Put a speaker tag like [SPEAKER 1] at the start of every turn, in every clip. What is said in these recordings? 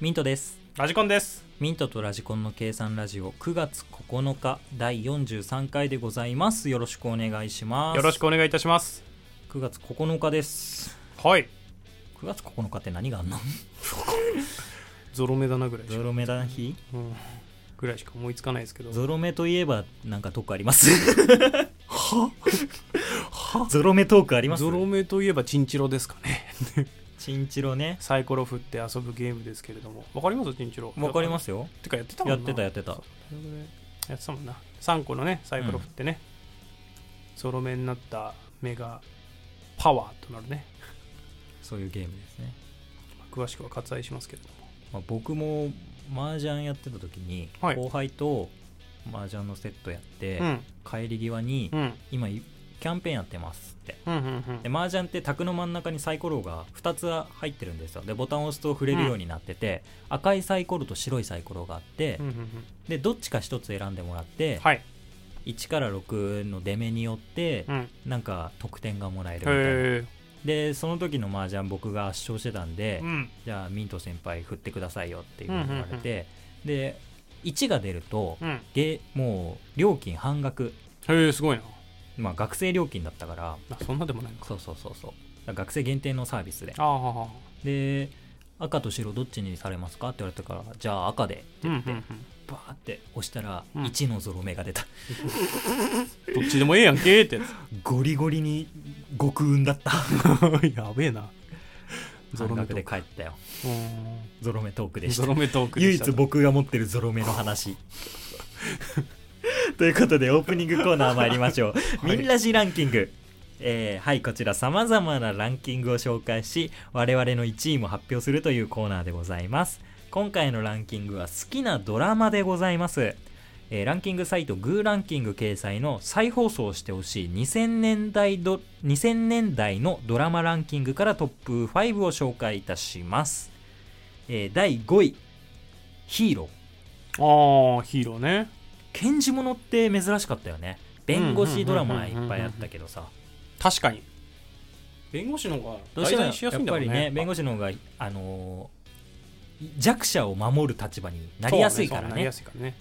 [SPEAKER 1] ミントです
[SPEAKER 2] ラジコンです
[SPEAKER 1] ミントとラジコンの計算ラジオ9月9日第43回でございますよろしくお願いします
[SPEAKER 2] よろし
[SPEAKER 1] く
[SPEAKER 2] くお願いいたします
[SPEAKER 1] 9月9日です
[SPEAKER 2] はい
[SPEAKER 1] 9月9日って何があんの
[SPEAKER 2] ゾロ目だなぐらいし
[SPEAKER 1] ゾ
[SPEAKER 2] か、
[SPEAKER 1] ロ目だ日
[SPEAKER 2] うんぐらいしか思いつかないですけど
[SPEAKER 1] ゾロ目といえばなんかトークあります はゾロ目トークあります
[SPEAKER 2] ゾロ目といえばチンチロですかね
[SPEAKER 1] チンチロね
[SPEAKER 2] サイコロ振って遊ぶゲームですけれどもわかりますチンチロ
[SPEAKER 1] わかりますすよ
[SPEAKER 2] てかやってたも
[SPEAKER 1] や
[SPEAKER 2] ん
[SPEAKER 1] っ
[SPEAKER 2] な
[SPEAKER 1] てたやってた
[SPEAKER 2] それぐらいやってたもんな3個のねサイコロ振ってね、ゾロ目になった目がパワーとなるね
[SPEAKER 1] そういうゲームですね、
[SPEAKER 2] 詳しくは割愛しますけれども
[SPEAKER 1] まあ、僕も麻雀やってた時に、
[SPEAKER 2] はい
[SPEAKER 1] 後輩と麻雀のセットやって、
[SPEAKER 2] うん
[SPEAKER 1] 帰り際に、
[SPEAKER 2] うん
[SPEAKER 1] 今いキャンペーンやってますって
[SPEAKER 2] うんうんうん
[SPEAKER 1] で麻雀って卓の真ん中にサイコロが2つ入ってるんですよでボタンを押すと触れるようになってて、赤いサイコロと白いサイコロがあって、
[SPEAKER 2] うんうんうん
[SPEAKER 1] でどっちか1つ選んでもらって、
[SPEAKER 2] はい、
[SPEAKER 1] 1から6の出目によって
[SPEAKER 2] う、ん、へ
[SPEAKER 1] なんか得点がもらえるみたいな、
[SPEAKER 2] え、
[SPEAKER 1] でその時の麻雀僕が圧勝してたんで、
[SPEAKER 2] うん、
[SPEAKER 1] じゃあミント先輩振ってくださいよっていうふうに言われて、で1が出ると、
[SPEAKER 2] うん、へ
[SPEAKER 1] でもう料金半額、
[SPEAKER 2] え、すごいな。
[SPEAKER 1] まあ、学生料金だったから
[SPEAKER 2] あそんなでもないのか。
[SPEAKER 1] そうそうそうそうだから学生限定のサービスで
[SPEAKER 2] ああ、はは。
[SPEAKER 1] で赤と白どっちにされますかって言われたからじゃあ赤で
[SPEAKER 2] うん、うん、うん。
[SPEAKER 1] バーって押したら
[SPEAKER 2] うん
[SPEAKER 1] 1のゾロ目が出た、
[SPEAKER 2] どっちでもええやんけ ーってや
[SPEAKER 1] ゴリゴリに極運だった
[SPEAKER 2] つ。やべえな。 ゾロ
[SPEAKER 1] 半額
[SPEAKER 2] 目ト
[SPEAKER 1] で
[SPEAKER 2] ーク。
[SPEAKER 1] 帰ったよ
[SPEAKER 2] う
[SPEAKER 1] ゾロ目トーク
[SPEAKER 2] ー
[SPEAKER 1] で
[SPEAKER 2] ん
[SPEAKER 1] した
[SPEAKER 2] ゾロ目トークで
[SPEAKER 1] 唯
[SPEAKER 2] した
[SPEAKER 1] 一僕が持ってるゾロ目の話 ということでオープニングコーナー参りましょう「
[SPEAKER 2] はい
[SPEAKER 1] みんラジランキング」えーはいこちらさまざまなランキングを紹介し我々の1位も発表するというコーナーでございます今回のランキングは好きなドラマでございます、えーランキングサイトグーランキング掲載の再放送してほしい2000年代ど2000年代のドラマランキングからトップ5を紹介いたします、えー第5位ヒーロー
[SPEAKER 2] ああ、ヒーローね。
[SPEAKER 1] 検事物って珍しかったよね弁護士ドラマはいっぱいあったけどさ
[SPEAKER 2] 確かに。弁護士の方が
[SPEAKER 1] どうしても
[SPEAKER 2] 題材しや
[SPEAKER 1] や
[SPEAKER 2] す
[SPEAKER 1] っ
[SPEAKER 2] いんだ
[SPEAKER 1] ぱ
[SPEAKER 2] ろう
[SPEAKER 1] りね
[SPEAKER 2] ね。
[SPEAKER 1] 弁護
[SPEAKER 2] 士
[SPEAKER 1] 士の方があのー弱者を守る立場になりやすいから
[SPEAKER 2] なり
[SPEAKER 1] ね
[SPEAKER 2] やすいからね。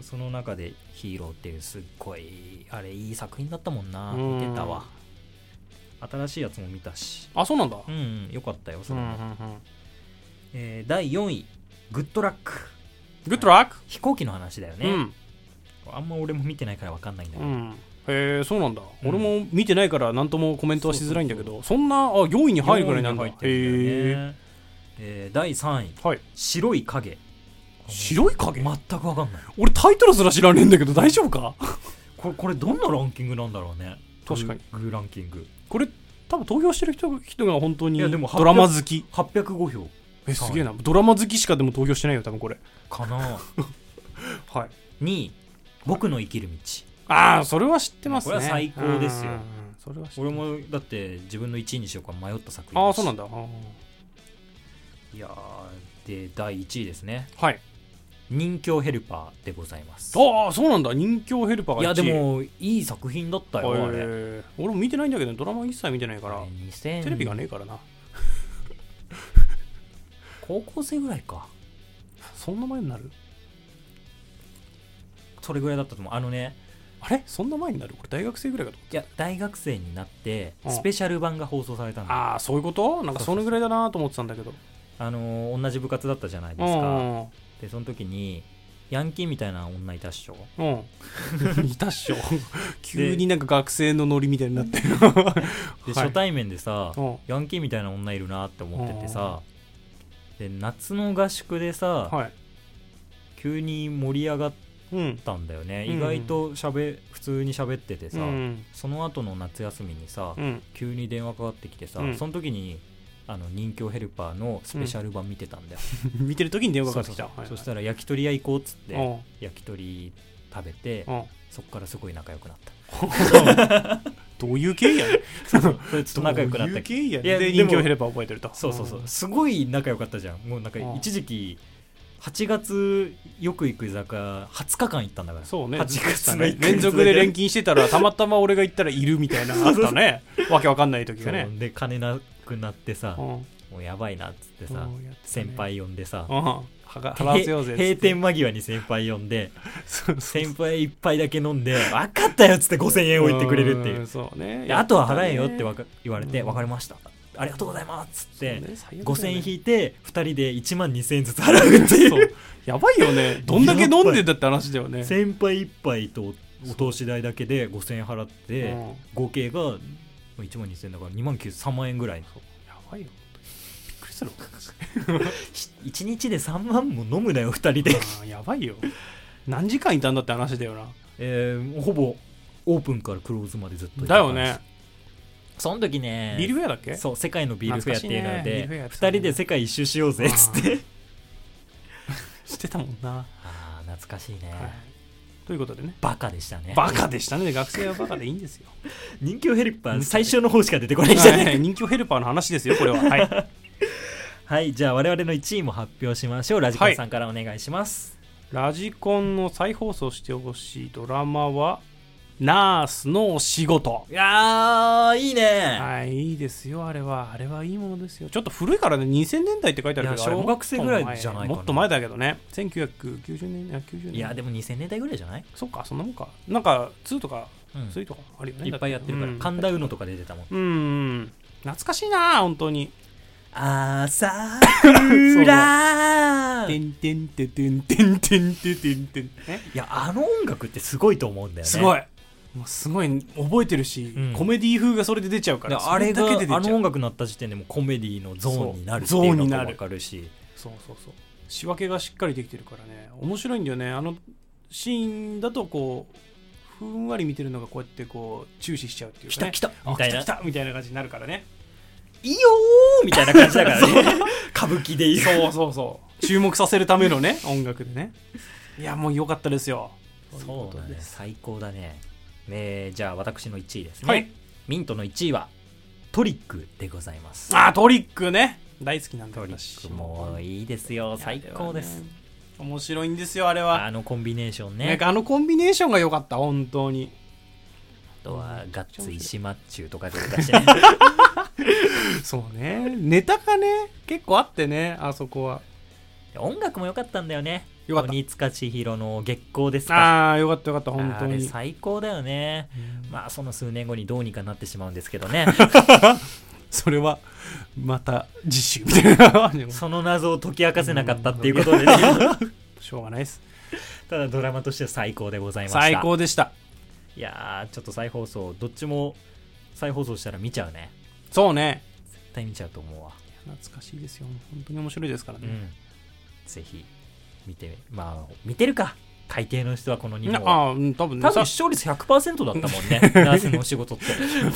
[SPEAKER 1] その中で「ヒーロー」っていうすっごいあれいい作品だったもんな
[SPEAKER 2] う
[SPEAKER 1] 見
[SPEAKER 2] ん
[SPEAKER 1] てたわ新しいやつも見たし
[SPEAKER 2] あ、そうなんだ。
[SPEAKER 1] うんうんよかったよそ
[SPEAKER 2] うん
[SPEAKER 1] れ
[SPEAKER 2] うんう
[SPEAKER 1] も、
[SPEAKER 2] ん
[SPEAKER 1] えー第4位「グッドラック
[SPEAKER 2] グッドラック」
[SPEAKER 1] 飛行機の話だよ
[SPEAKER 2] う
[SPEAKER 1] ね、
[SPEAKER 2] ん。
[SPEAKER 1] あんま俺も見てないから分かんないんだけ
[SPEAKER 2] う
[SPEAKER 1] ど、
[SPEAKER 2] ん。へえ、そうなんだ。
[SPEAKER 1] うん
[SPEAKER 2] 俺も見てないから何ともコメントはしづらいんだけど、そんな、あ、4位に入るぐらいなんだ。
[SPEAKER 1] 4位
[SPEAKER 2] へ
[SPEAKER 1] に入ってるんだよ
[SPEAKER 2] え。
[SPEAKER 1] ねえー第3位
[SPEAKER 2] はい。
[SPEAKER 1] 白い影
[SPEAKER 2] 白い影
[SPEAKER 1] 全く分かんない
[SPEAKER 2] 俺タイトルすら知らねえんだけど大丈夫か
[SPEAKER 1] これこれどんなランキングなんだろうね
[SPEAKER 2] 確かに
[SPEAKER 1] グーグーランキング
[SPEAKER 2] これ多分投票してる人人が本当に
[SPEAKER 1] いやでも
[SPEAKER 2] ドラマ好き
[SPEAKER 1] 805票
[SPEAKER 2] えすげえなドラマ好きしかでも投票してないよ多分これ
[SPEAKER 1] か な
[SPEAKER 2] はい
[SPEAKER 1] に僕の生きる道
[SPEAKER 2] ああそれは知ってますね
[SPEAKER 1] これは最高ですよ
[SPEAKER 2] うんうんうんそれは知って
[SPEAKER 1] 俺もだって自分の1位にしようか迷った作品
[SPEAKER 2] ああそうなんんだあー
[SPEAKER 1] いやーで第1位ですね
[SPEAKER 2] はい
[SPEAKER 1] 人形ヘルパーでございます
[SPEAKER 2] ああそうなんだ人形ヘルパーが
[SPEAKER 1] い
[SPEAKER 2] 1位
[SPEAKER 1] やでもいい作品だったよあれ
[SPEAKER 2] えー俺も見てないんだけどドラマ一切見てないか
[SPEAKER 1] あ
[SPEAKER 2] ら
[SPEAKER 1] れ2000
[SPEAKER 2] テレビがねえからな
[SPEAKER 1] 高校生ぐらいか
[SPEAKER 2] そんな前になる
[SPEAKER 1] それぐらいだったと思うあのね
[SPEAKER 2] あれそんな前になる俺大学生ぐらいかと思っ
[SPEAKER 1] いや大学生になって
[SPEAKER 2] うん
[SPEAKER 1] スペシャル版が放送されたん
[SPEAKER 2] た
[SPEAKER 1] だ
[SPEAKER 2] ああそういうことなんか
[SPEAKER 1] そうそうそう
[SPEAKER 2] そのぐらいだなと思ってたんだけど
[SPEAKER 1] あのー同じ部活だったじゃないですかでその時にヤンキーみたいな女いたっしょ
[SPEAKER 2] うん。いたっ しょ。急になんか学生のノリみたいになってる。
[SPEAKER 1] で、
[SPEAKER 2] はい
[SPEAKER 1] 初対面でさ
[SPEAKER 2] うん
[SPEAKER 1] ヤンキーみたいな女いるなって思っててさで夏の合宿でさ、
[SPEAKER 2] はい。
[SPEAKER 1] 急に盛り上がっ
[SPEAKER 2] うん。
[SPEAKER 1] たんだよね、
[SPEAKER 2] うん
[SPEAKER 1] 意外としゃべ普通に喋ってて
[SPEAKER 2] う
[SPEAKER 1] さ、
[SPEAKER 2] ん。
[SPEAKER 1] その後の夏休みにさ、
[SPEAKER 2] うん。
[SPEAKER 1] 急に電話かかってきてさ、
[SPEAKER 2] うん
[SPEAKER 1] その時にあの人形ヘルパーのスペシャル版見てたんだよ、
[SPEAKER 2] 見てる時に電話
[SPEAKER 1] そ
[SPEAKER 2] かか
[SPEAKER 1] う
[SPEAKER 2] って
[SPEAKER 1] そう
[SPEAKER 2] き
[SPEAKER 1] そう
[SPEAKER 2] た。はい
[SPEAKER 1] そしたら焼き鳥屋行こうっつって、
[SPEAKER 2] うん
[SPEAKER 1] 焼き鳥食べて、
[SPEAKER 2] うん
[SPEAKER 1] そっからすごい仲良くなった
[SPEAKER 2] どういう経緯やねん。
[SPEAKER 1] それちょっと仲良くなっ
[SPEAKER 2] どう
[SPEAKER 1] た
[SPEAKER 2] いう経緯や
[SPEAKER 1] いや
[SPEAKER 2] ねん。で、
[SPEAKER 1] でも
[SPEAKER 2] 人形ヘルパー覚えてると。
[SPEAKER 1] そうそうそうすごい仲良かったじゃんもうなんか
[SPEAKER 2] うん
[SPEAKER 1] 一時期8月よく行く居酒屋20日間行ったんだから
[SPEAKER 2] そうね。
[SPEAKER 1] 8月の1
[SPEAKER 2] 連続で連勤してたら、たまたま俺が 行ったらいるみたいな、あったね。わけわかんない時が
[SPEAKER 1] ね
[SPEAKER 2] ね。
[SPEAKER 1] で金なくなってさ
[SPEAKER 2] うん
[SPEAKER 1] もうやばいなっつってさ、
[SPEAKER 2] おーやってたね
[SPEAKER 1] 先輩呼んでさ
[SPEAKER 2] うんはが払わせようぜっつっ
[SPEAKER 1] 閉
[SPEAKER 2] て
[SPEAKER 1] 店間際に先輩呼んで
[SPEAKER 2] そうそう
[SPEAKER 1] 先輩一杯だけ飲んで「分かったよ」っつって5000円を言ってくれるっていう
[SPEAKER 2] うんそうね
[SPEAKER 1] であとは払えよってわ
[SPEAKER 2] か
[SPEAKER 1] か言われて「
[SPEAKER 2] うん
[SPEAKER 1] 分かりましたありがとうございます」っつって、5000
[SPEAKER 2] 5000
[SPEAKER 1] 円引いて2人で1万2000円ずつ払うって
[SPEAKER 2] そ
[SPEAKER 1] いう
[SPEAKER 2] うやばいよねどんだけ飲んでんだって話だよね
[SPEAKER 1] 先輩一杯とお通し代だけで5000円払って、
[SPEAKER 2] うん
[SPEAKER 1] 合計が1万2000円だから2万93万円ぐらい
[SPEAKER 2] そうやばいよびっくりするわ
[SPEAKER 1] 1日で3万も飲むなよ2人 で
[SPEAKER 2] あーやばいよ何時間いたんだって話だよな
[SPEAKER 1] えーほぼオープンからクローズまでずっといた
[SPEAKER 2] だよ
[SPEAKER 1] 感
[SPEAKER 2] ね
[SPEAKER 1] じその時ね
[SPEAKER 2] ビールフェアだっけ
[SPEAKER 1] そう世界のビールフェアっていうの
[SPEAKER 2] 懐かしいねビールフェ
[SPEAKER 1] で
[SPEAKER 2] アやってた
[SPEAKER 1] 2
[SPEAKER 2] ね
[SPEAKER 1] 人で世界一周しようぜっつって
[SPEAKER 2] してたもんな、
[SPEAKER 1] ああー懐かしいね、
[SPEAKER 2] はいということでね
[SPEAKER 1] バカでしたね
[SPEAKER 2] バカでしたね学生はバカでいいん ですよ
[SPEAKER 1] 人気をヘルパー
[SPEAKER 2] うん
[SPEAKER 1] 最初の方しか出てこないじゃない
[SPEAKER 2] はい人気ヘルパーの話ですよこれ ははい
[SPEAKER 1] はい、じゃあ我々の1位も発表しましょう。ラジコンさんからお願いします。
[SPEAKER 2] ラジコンの再放送してほしいドラマは「ナースのお仕事
[SPEAKER 1] い、やー、いいね、」
[SPEAKER 2] はいいいですよあれはあれはいいものですよちょっと古いからね2000年代って書いてあるけど
[SPEAKER 1] いや
[SPEAKER 2] あれもっと
[SPEAKER 1] 小学生ぐらいじゃないかな
[SPEAKER 2] 前もっと前だけどね1990年あ90年
[SPEAKER 1] いや、でも2000年代ぐらいじゃない、
[SPEAKER 2] そっかそんなもんかなんか2とか
[SPEAKER 1] うん
[SPEAKER 2] 3とかあるよね、
[SPEAKER 1] いっぱいやってるから、
[SPEAKER 2] うん
[SPEAKER 1] 神田うのとか出て たもん。
[SPEAKER 2] うんうん懐かしいな本当に
[SPEAKER 1] 朝倉
[SPEAKER 2] て
[SPEAKER 1] い
[SPEAKER 2] んてんててんてんてんてんてんてんね
[SPEAKER 1] や、あの音楽ってすごいと思うんだよね。
[SPEAKER 2] すご
[SPEAKER 1] い。
[SPEAKER 2] いもうすごい覚えてるし、
[SPEAKER 1] うん
[SPEAKER 2] コメディ風がそれで出ちゃうから
[SPEAKER 1] あれ
[SPEAKER 2] そ
[SPEAKER 1] が
[SPEAKER 2] だけで出ちゃ
[SPEAKER 1] あ
[SPEAKER 2] う
[SPEAKER 1] の音楽になった時点でもうコメディのゾーンになるって
[SPEAKER 2] そう
[SPEAKER 1] いう
[SPEAKER 2] ゾーン
[SPEAKER 1] の
[SPEAKER 2] に
[SPEAKER 1] が
[SPEAKER 2] なる
[SPEAKER 1] 分かるし
[SPEAKER 2] そうそうそう仕分けがしっかりできてるからね面白いんだよねあのシーンだとこうふんわり見てるのがこうやってこう注視しちゃうっていう
[SPEAKER 1] 来
[SPEAKER 2] か、
[SPEAKER 1] た
[SPEAKER 2] ね、
[SPEAKER 1] 来た
[SPEAKER 2] あ
[SPEAKER 1] みたいな
[SPEAKER 2] 来た来たみたいな感じになるからね
[SPEAKER 1] いいよーみたいな感じだからね歌舞伎で言う
[SPEAKER 2] そうそうそう注目させるためのね音楽でねいやもう良かったですよ
[SPEAKER 1] そうだ
[SPEAKER 2] といこと
[SPEAKER 1] ね
[SPEAKER 2] で
[SPEAKER 1] 最高だね、えーじゃあ私の1位ですね、
[SPEAKER 2] はい
[SPEAKER 1] ミントの1位はトリックでございます
[SPEAKER 2] あートリックね大好きなんだ
[SPEAKER 1] トリックもいいですよ
[SPEAKER 2] 私
[SPEAKER 1] 最高です、
[SPEAKER 2] 面白いんですよあれは
[SPEAKER 1] あのコンビネーション
[SPEAKER 2] な
[SPEAKER 1] ね
[SPEAKER 2] んかあのコンビネーションが良かった本当に
[SPEAKER 1] あとはガッツ
[SPEAKER 2] 面白い
[SPEAKER 1] 石マッチュとか出てたしね
[SPEAKER 2] そうねネタがね結構あってねあそこは
[SPEAKER 1] 音楽も良かったんだよね
[SPEAKER 2] 良かった
[SPEAKER 1] 鬼塚千尋の月光ですか
[SPEAKER 2] ああよかったよかった本当
[SPEAKER 1] あれ
[SPEAKER 2] に
[SPEAKER 1] 最高だよね
[SPEAKER 2] うん
[SPEAKER 1] まあその数年後にどうにかなってしまうんですけど ね
[SPEAKER 2] それはまた次 週みたいな
[SPEAKER 1] その謎を解き明かせなかったっていうことでね
[SPEAKER 2] しょうがないです
[SPEAKER 1] ただドラマとしては最高でございました
[SPEAKER 2] 最高でした
[SPEAKER 1] いやーちょっと再放送どっちも再放送したら見ちゃうね
[SPEAKER 2] そうね
[SPEAKER 1] 絶対見ちゃうと思うわ
[SPEAKER 2] 懐かしいですよ本当に面白いですから
[SPEAKER 1] う
[SPEAKER 2] ね、
[SPEAKER 1] んぜひ見てまあ見てるか海底の人はこの2
[SPEAKER 2] な
[SPEAKER 1] 本を
[SPEAKER 2] あーうん多分ね
[SPEAKER 1] 多
[SPEAKER 2] さ
[SPEAKER 1] 分視聴率100%だったもん ねナースのお仕事っ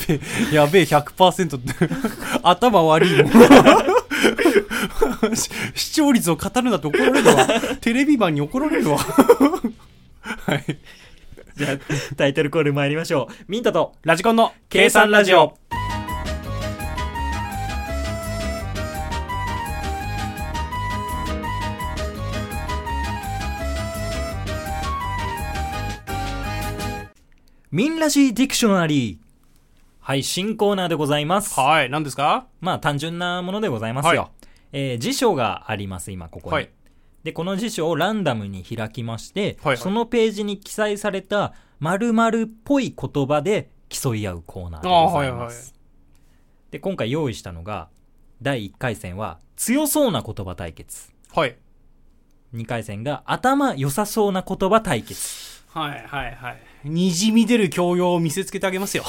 [SPEAKER 1] て
[SPEAKER 2] やべえ100%って 頭悪いもんし 視聴率を語るなって怒られるわテレビ版に怒ら れるわはい
[SPEAKER 1] じゃあタイトルコール参りましょうミントと
[SPEAKER 2] ラジコンの
[SPEAKER 1] 計算ラジオミンラジディクショナリーはい新コーナーでございます
[SPEAKER 2] はい何ですか
[SPEAKER 1] まあ単純なものでございますよ。
[SPEAKER 2] はい
[SPEAKER 1] えー辞書があります、今ここに。
[SPEAKER 2] はい
[SPEAKER 1] で、この辞書をランダムに開きまして、
[SPEAKER 2] はいはい
[SPEAKER 1] そのページに記載された〇〇っぽい言葉で競い合うコーナーでございます。
[SPEAKER 2] あーはいはい
[SPEAKER 1] で、今回用意したのが、第1回戦は強そうな言葉対決。
[SPEAKER 2] はい
[SPEAKER 1] 2回戦が頭良さそうな言葉対 決。
[SPEAKER 2] はいはいはいにじみ出る教養を見せつけてあげます よ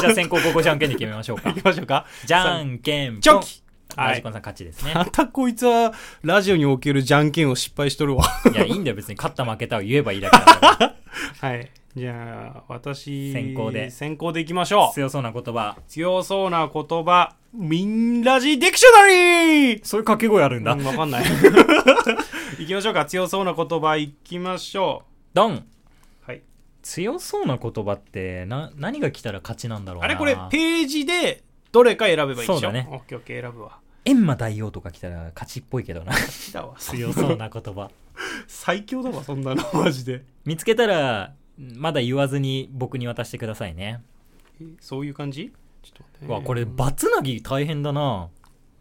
[SPEAKER 1] じゃあ先行後攻じゃんけんで決めましょうか
[SPEAKER 2] 行。きましょうか
[SPEAKER 1] じゃんけんぽん。
[SPEAKER 2] チョキ
[SPEAKER 1] ラ
[SPEAKER 2] は
[SPEAKER 1] ジ
[SPEAKER 2] い
[SPEAKER 1] コンさん勝ち ですね。
[SPEAKER 2] またこいつはラジオにおけるじゃんけんを失敗しとるわ
[SPEAKER 1] いや、いいんだよ別に勝った負けたを言えばいいだけだから。
[SPEAKER 2] はいじゃあ私
[SPEAKER 1] 先行で
[SPEAKER 2] 先行でいきま しょう
[SPEAKER 1] 強そうな言葉
[SPEAKER 2] 強そうな言葉ミンラジディクショナリー
[SPEAKER 1] そういう掛け声あるんだ
[SPEAKER 2] うんわかんない いきましょうか強そうな言葉いきましょ
[SPEAKER 1] ドン
[SPEAKER 2] うはい
[SPEAKER 1] 強そうな言葉ってな何が来たら勝ちなんだろうな
[SPEAKER 2] あれこれページでどれか選べばいいでしょ
[SPEAKER 1] そうだね
[SPEAKER 2] オッケーオッケー選ぶわ
[SPEAKER 1] エンマ大王とか来たら勝ちっぽいけどな
[SPEAKER 2] だわ
[SPEAKER 1] 強そうな言葉
[SPEAKER 2] 最強だわそんなの マジで
[SPEAKER 1] 見つけたらまだ言わずに僕に渡してくださいね
[SPEAKER 2] えそういう感じちょっと待って
[SPEAKER 1] うわこれバツナギ大変だな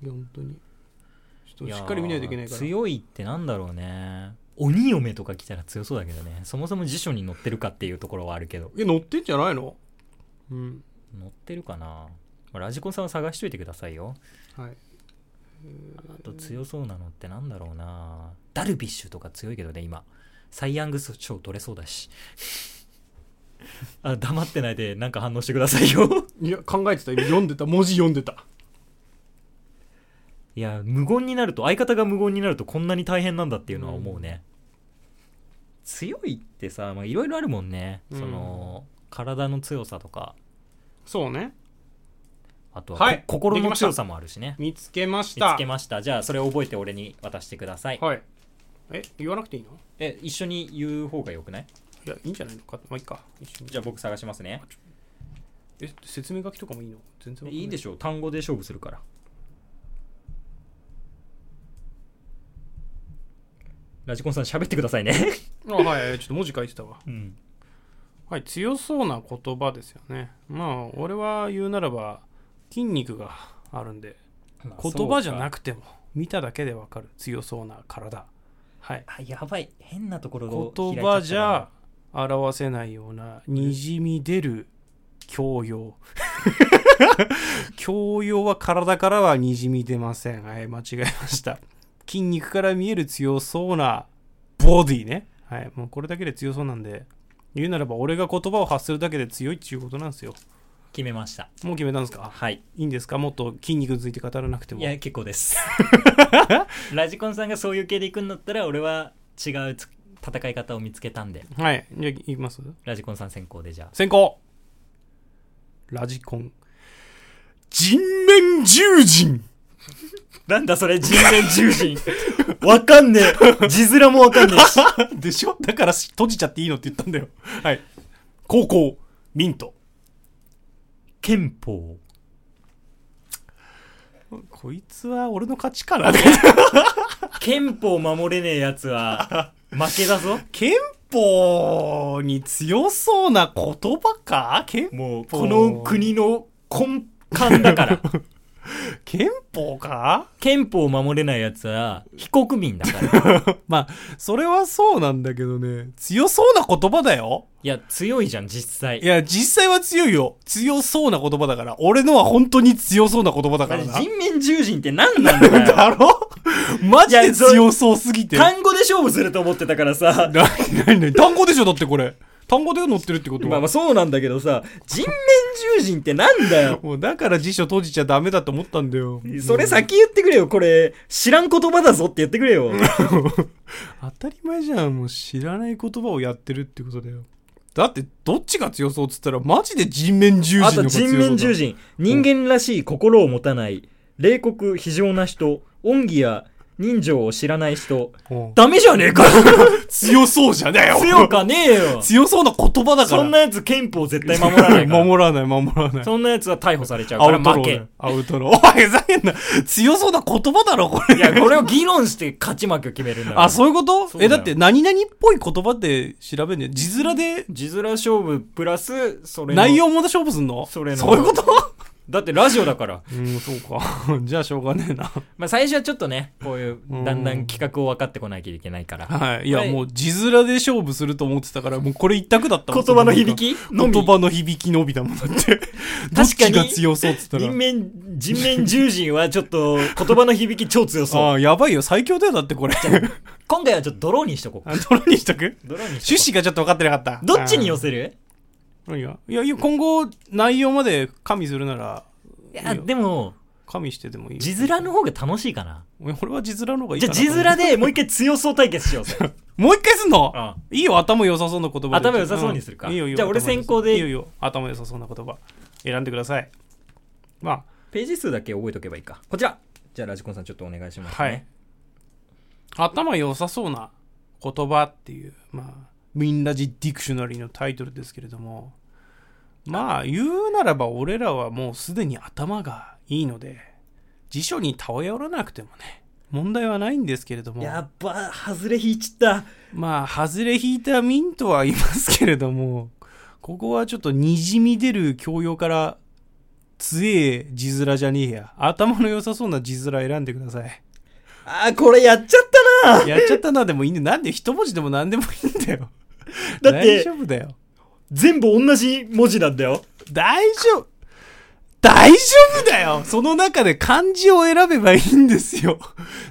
[SPEAKER 2] いや本当にちょっとしっかり見ないといけないから
[SPEAKER 1] やー強いってなんだろうね鬼嫁とか来たら強そうだけどねそもそも辞書に載ってるかっていうところはあるけど
[SPEAKER 2] え乗ってんじゃないのうん
[SPEAKER 1] 載ってるかなまあラジコンさんは探しといてくださいよ
[SPEAKER 2] はい
[SPEAKER 1] あと強そうなのってなんだろうなダルビッシュとか強いけどね今サイ・ヤング賞取れそうだし あ黙ってないでなんか反応してくださいよ
[SPEAKER 2] いや考えてた今読んでた文字読んでた
[SPEAKER 1] いや無言になると相方が無言になるとこんなに大変なんだっていうのは思うね、強いってさまあいろいろあるもんね、
[SPEAKER 2] うん
[SPEAKER 1] その体の強さとか
[SPEAKER 2] そうね
[SPEAKER 1] あとは、
[SPEAKER 2] はい
[SPEAKER 1] こ心
[SPEAKER 2] でき
[SPEAKER 1] の
[SPEAKER 2] ました
[SPEAKER 1] 強さもあるしね
[SPEAKER 2] 見つけまし
[SPEAKER 1] 見つ
[SPEAKER 2] た
[SPEAKER 1] けましたじゃあそれを覚えて俺に渡してください、
[SPEAKER 2] はいえ言わなくていいの
[SPEAKER 1] え一緒に言う方がよくない
[SPEAKER 2] いやいいんじゃないのかまあいいか一緒に
[SPEAKER 1] じゃあ僕探しますね
[SPEAKER 2] え説明書きとかもいいの全然わかんない
[SPEAKER 1] いいでしょう単語で勝負するからラジコンさん喋ってくださいね、
[SPEAKER 2] あはいちょっと文字書いてたわ
[SPEAKER 1] うん、
[SPEAKER 2] はい強そうな言葉ですよねまあ俺は言うならば筋肉があるんで言葉じゃな
[SPEAKER 1] く
[SPEAKER 2] くても見ただけでわかる強そうな体はい
[SPEAKER 1] あやばい変なところを
[SPEAKER 2] 言
[SPEAKER 1] 開いちゃ
[SPEAKER 2] 葉
[SPEAKER 1] ったな
[SPEAKER 2] じゃ表せないようなにじみ出る 教養教養は体からはにじみ出ませんはい間違えました筋肉から見える強そうなボディねはいもうこれだけで強そうなんで言うならば俺が言葉を発するだけで強いっていうことなんですよ
[SPEAKER 1] 決めました
[SPEAKER 2] もう決めたんですか
[SPEAKER 1] はい
[SPEAKER 2] いいんですかもっと筋肉について語らなくても
[SPEAKER 1] いや結構です ラジコンさんがそういう系で行くんだったら俺は違うつ戦い方を見つけたんで
[SPEAKER 2] はいじゃあいきます
[SPEAKER 1] ラジコンさん先行でじゃあ
[SPEAKER 2] 先行ラジコン人面獣人
[SPEAKER 1] なんだそれ人面獣人 わかんねえ字面もわかんねえし
[SPEAKER 2] でしょだからし閉じちゃっていいのって言ったんだよはい高校ミント
[SPEAKER 1] 憲法
[SPEAKER 2] こいつは俺の勝ちかな
[SPEAKER 1] 憲法守れねえやつは負けだぞ
[SPEAKER 2] 憲法に強そうな言葉か憲
[SPEAKER 1] もう
[SPEAKER 2] 法
[SPEAKER 1] この国の根幹だから
[SPEAKER 2] 憲法か
[SPEAKER 1] 憲法を守れないやつは非国民だから
[SPEAKER 2] まあそれはそうなんだけどね強そうな言葉だよ
[SPEAKER 1] いや強いじゃん実際
[SPEAKER 2] いや実際は強いよ強そうな言葉だから俺のは本当に強そうな言葉だからな
[SPEAKER 1] 人面獣人って何なん だよ
[SPEAKER 2] だろマジで強そうすぎて。な
[SPEAKER 1] 単語で勝負すると思ってたからさ
[SPEAKER 2] になになに単語でしょだってこれ。単語で載ってるってこと
[SPEAKER 1] まあ
[SPEAKER 2] は。
[SPEAKER 1] まあそうなんだけどさ人面獣人ってなんだよ
[SPEAKER 2] もうだから辞書閉じちゃダメだと思ったんだよ。
[SPEAKER 1] それ先言ってくれよこれ知らん言葉だぞって言ってくれよ
[SPEAKER 2] 当たり前じゃん。もう知らない言葉をやってるってことだよ。だってどっちが強そうっつったらマジで人面獣
[SPEAKER 1] あ
[SPEAKER 2] 人
[SPEAKER 1] と
[SPEAKER 2] の方が強そう
[SPEAKER 1] 人
[SPEAKER 2] だ
[SPEAKER 1] 面獣人人間らしい心を持たない冷酷非情な人恩義や人情を知らない人
[SPEAKER 2] うん
[SPEAKER 1] ダメじゃねえ か
[SPEAKER 2] 強そうじゃねえよ。
[SPEAKER 1] 強かねえよ
[SPEAKER 2] 強そうな言葉だから。
[SPEAKER 1] そんなやつ憲法絶対守らないから
[SPEAKER 2] 守らない守らない。
[SPEAKER 1] そんなやつは逮捕されちゃう
[SPEAKER 2] ア
[SPEAKER 1] か
[SPEAKER 2] ウ
[SPEAKER 1] ら
[SPEAKER 2] トロ
[SPEAKER 1] 負
[SPEAKER 2] ー
[SPEAKER 1] け
[SPEAKER 2] ねアウトロー。おい、ふざけんな。強そうな言葉だろ、これ
[SPEAKER 1] い。やこれを議論して勝ち負けを決めるんだから
[SPEAKER 2] あ、そういうこと
[SPEAKER 1] そうだ
[SPEAKER 2] え、
[SPEAKER 1] よ
[SPEAKER 2] だって、何々っぽい言葉で調べんね字面で、
[SPEAKER 1] 字面勝負プラスそれの
[SPEAKER 2] 内容も勝負すんの
[SPEAKER 1] それの
[SPEAKER 2] そういうこと
[SPEAKER 1] だってラジオだから、
[SPEAKER 2] うん、そうか。 じゃあ、しょうがねえな。
[SPEAKER 1] まあ、最初はちょっとねこういう
[SPEAKER 2] うん
[SPEAKER 1] だんだん企画を分かってこなきゃいけないから
[SPEAKER 2] はい。い
[SPEAKER 1] こ
[SPEAKER 2] や、
[SPEAKER 1] れ
[SPEAKER 2] もう、字面で勝負すると思ってたから、もうこれ一択だったも
[SPEAKER 1] 言
[SPEAKER 2] ん
[SPEAKER 1] 葉の響き
[SPEAKER 2] その
[SPEAKER 1] のみ
[SPEAKER 2] 言葉の響きのみだもんだって。どっちが強そうっつったら
[SPEAKER 1] 人。面人面獣人はちょっと言葉の響き超強そう
[SPEAKER 2] ああ、やばいよ。最強だよ、だってこれ。
[SPEAKER 1] 今回はちょっとドローにしとこう
[SPEAKER 2] あ どれにしとく
[SPEAKER 1] ドローに
[SPEAKER 2] 趣旨がちょっと分かってなかった。
[SPEAKER 1] どっちに寄
[SPEAKER 2] せ
[SPEAKER 1] せる
[SPEAKER 2] いや、いや、今後、内容まで加味するなら、
[SPEAKER 1] いやでも
[SPEAKER 2] 加味してでもいいよ。
[SPEAKER 1] 字面の方が楽しいかな
[SPEAKER 2] 俺は字面の方がいい
[SPEAKER 1] じ
[SPEAKER 2] か
[SPEAKER 1] ゃあ
[SPEAKER 2] な
[SPEAKER 1] 字面でもう一回強そう対決しようぜ
[SPEAKER 2] もう一回すんの
[SPEAKER 1] ああ
[SPEAKER 2] いいよ、頭良さそうな言葉で。
[SPEAKER 1] 頭良さそうにするか
[SPEAKER 2] んいいよいいよ
[SPEAKER 1] じゃあ俺先行で
[SPEAKER 2] いいよいいよ、頭良さそうな言葉。選んでください。ま
[SPEAKER 1] ページ数だけ覚えとけばいいかこちらじゃあラジコンさんちょっとお願いし
[SPEAKER 2] あ、
[SPEAKER 1] ます
[SPEAKER 2] はい
[SPEAKER 1] ね。
[SPEAKER 2] 頭良さそうな言葉っていう、まあ、ミンラジディクショナリーのタイトルですけれども、まあ、言うならば俺らはもうすでに頭がいいので、辞書に頼らなくてもね、問題はないんですけれども。
[SPEAKER 1] やっば外れ引いちった
[SPEAKER 2] まあ、外れ引いたミントはいますけれども、ここはちょっとにじみ出る教養から強え字面じゃねえや。頭の良さそうな字面選んでください。
[SPEAKER 1] あーこれやっちゃったな
[SPEAKER 2] やっちゃったなでもいいんだよ。なんで一文字でも何でもいいんだよ。
[SPEAKER 1] だって
[SPEAKER 2] 大丈夫だよ。
[SPEAKER 1] 全部同じ文字なんだよ
[SPEAKER 2] 大丈夫。大丈夫だよその中で漢字を選べばいいんですよ。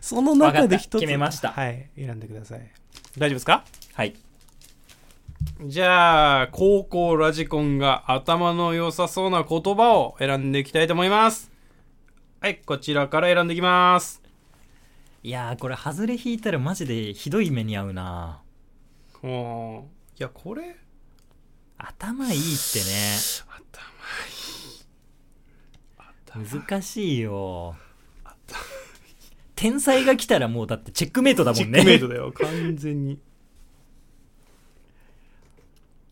[SPEAKER 2] その中で一
[SPEAKER 1] わか
[SPEAKER 2] つ。
[SPEAKER 1] った決めました
[SPEAKER 2] はい。選んでください。大丈夫ですか
[SPEAKER 1] はい
[SPEAKER 2] じゃあ、高校ラジコンが頭の良さそうな言葉を選んでいきたいと思います。はい、こちらから選んでいきます。
[SPEAKER 1] いやーこれ外れ引いたらマジでひどい目に遭うな
[SPEAKER 2] おーいや、これ、
[SPEAKER 1] 頭いいってね難しいよ天才が来たらもうだってチェックメイトだも
[SPEAKER 2] チ
[SPEAKER 1] ん
[SPEAKER 2] ェ
[SPEAKER 1] ね
[SPEAKER 2] ックメイトだよ、完全に。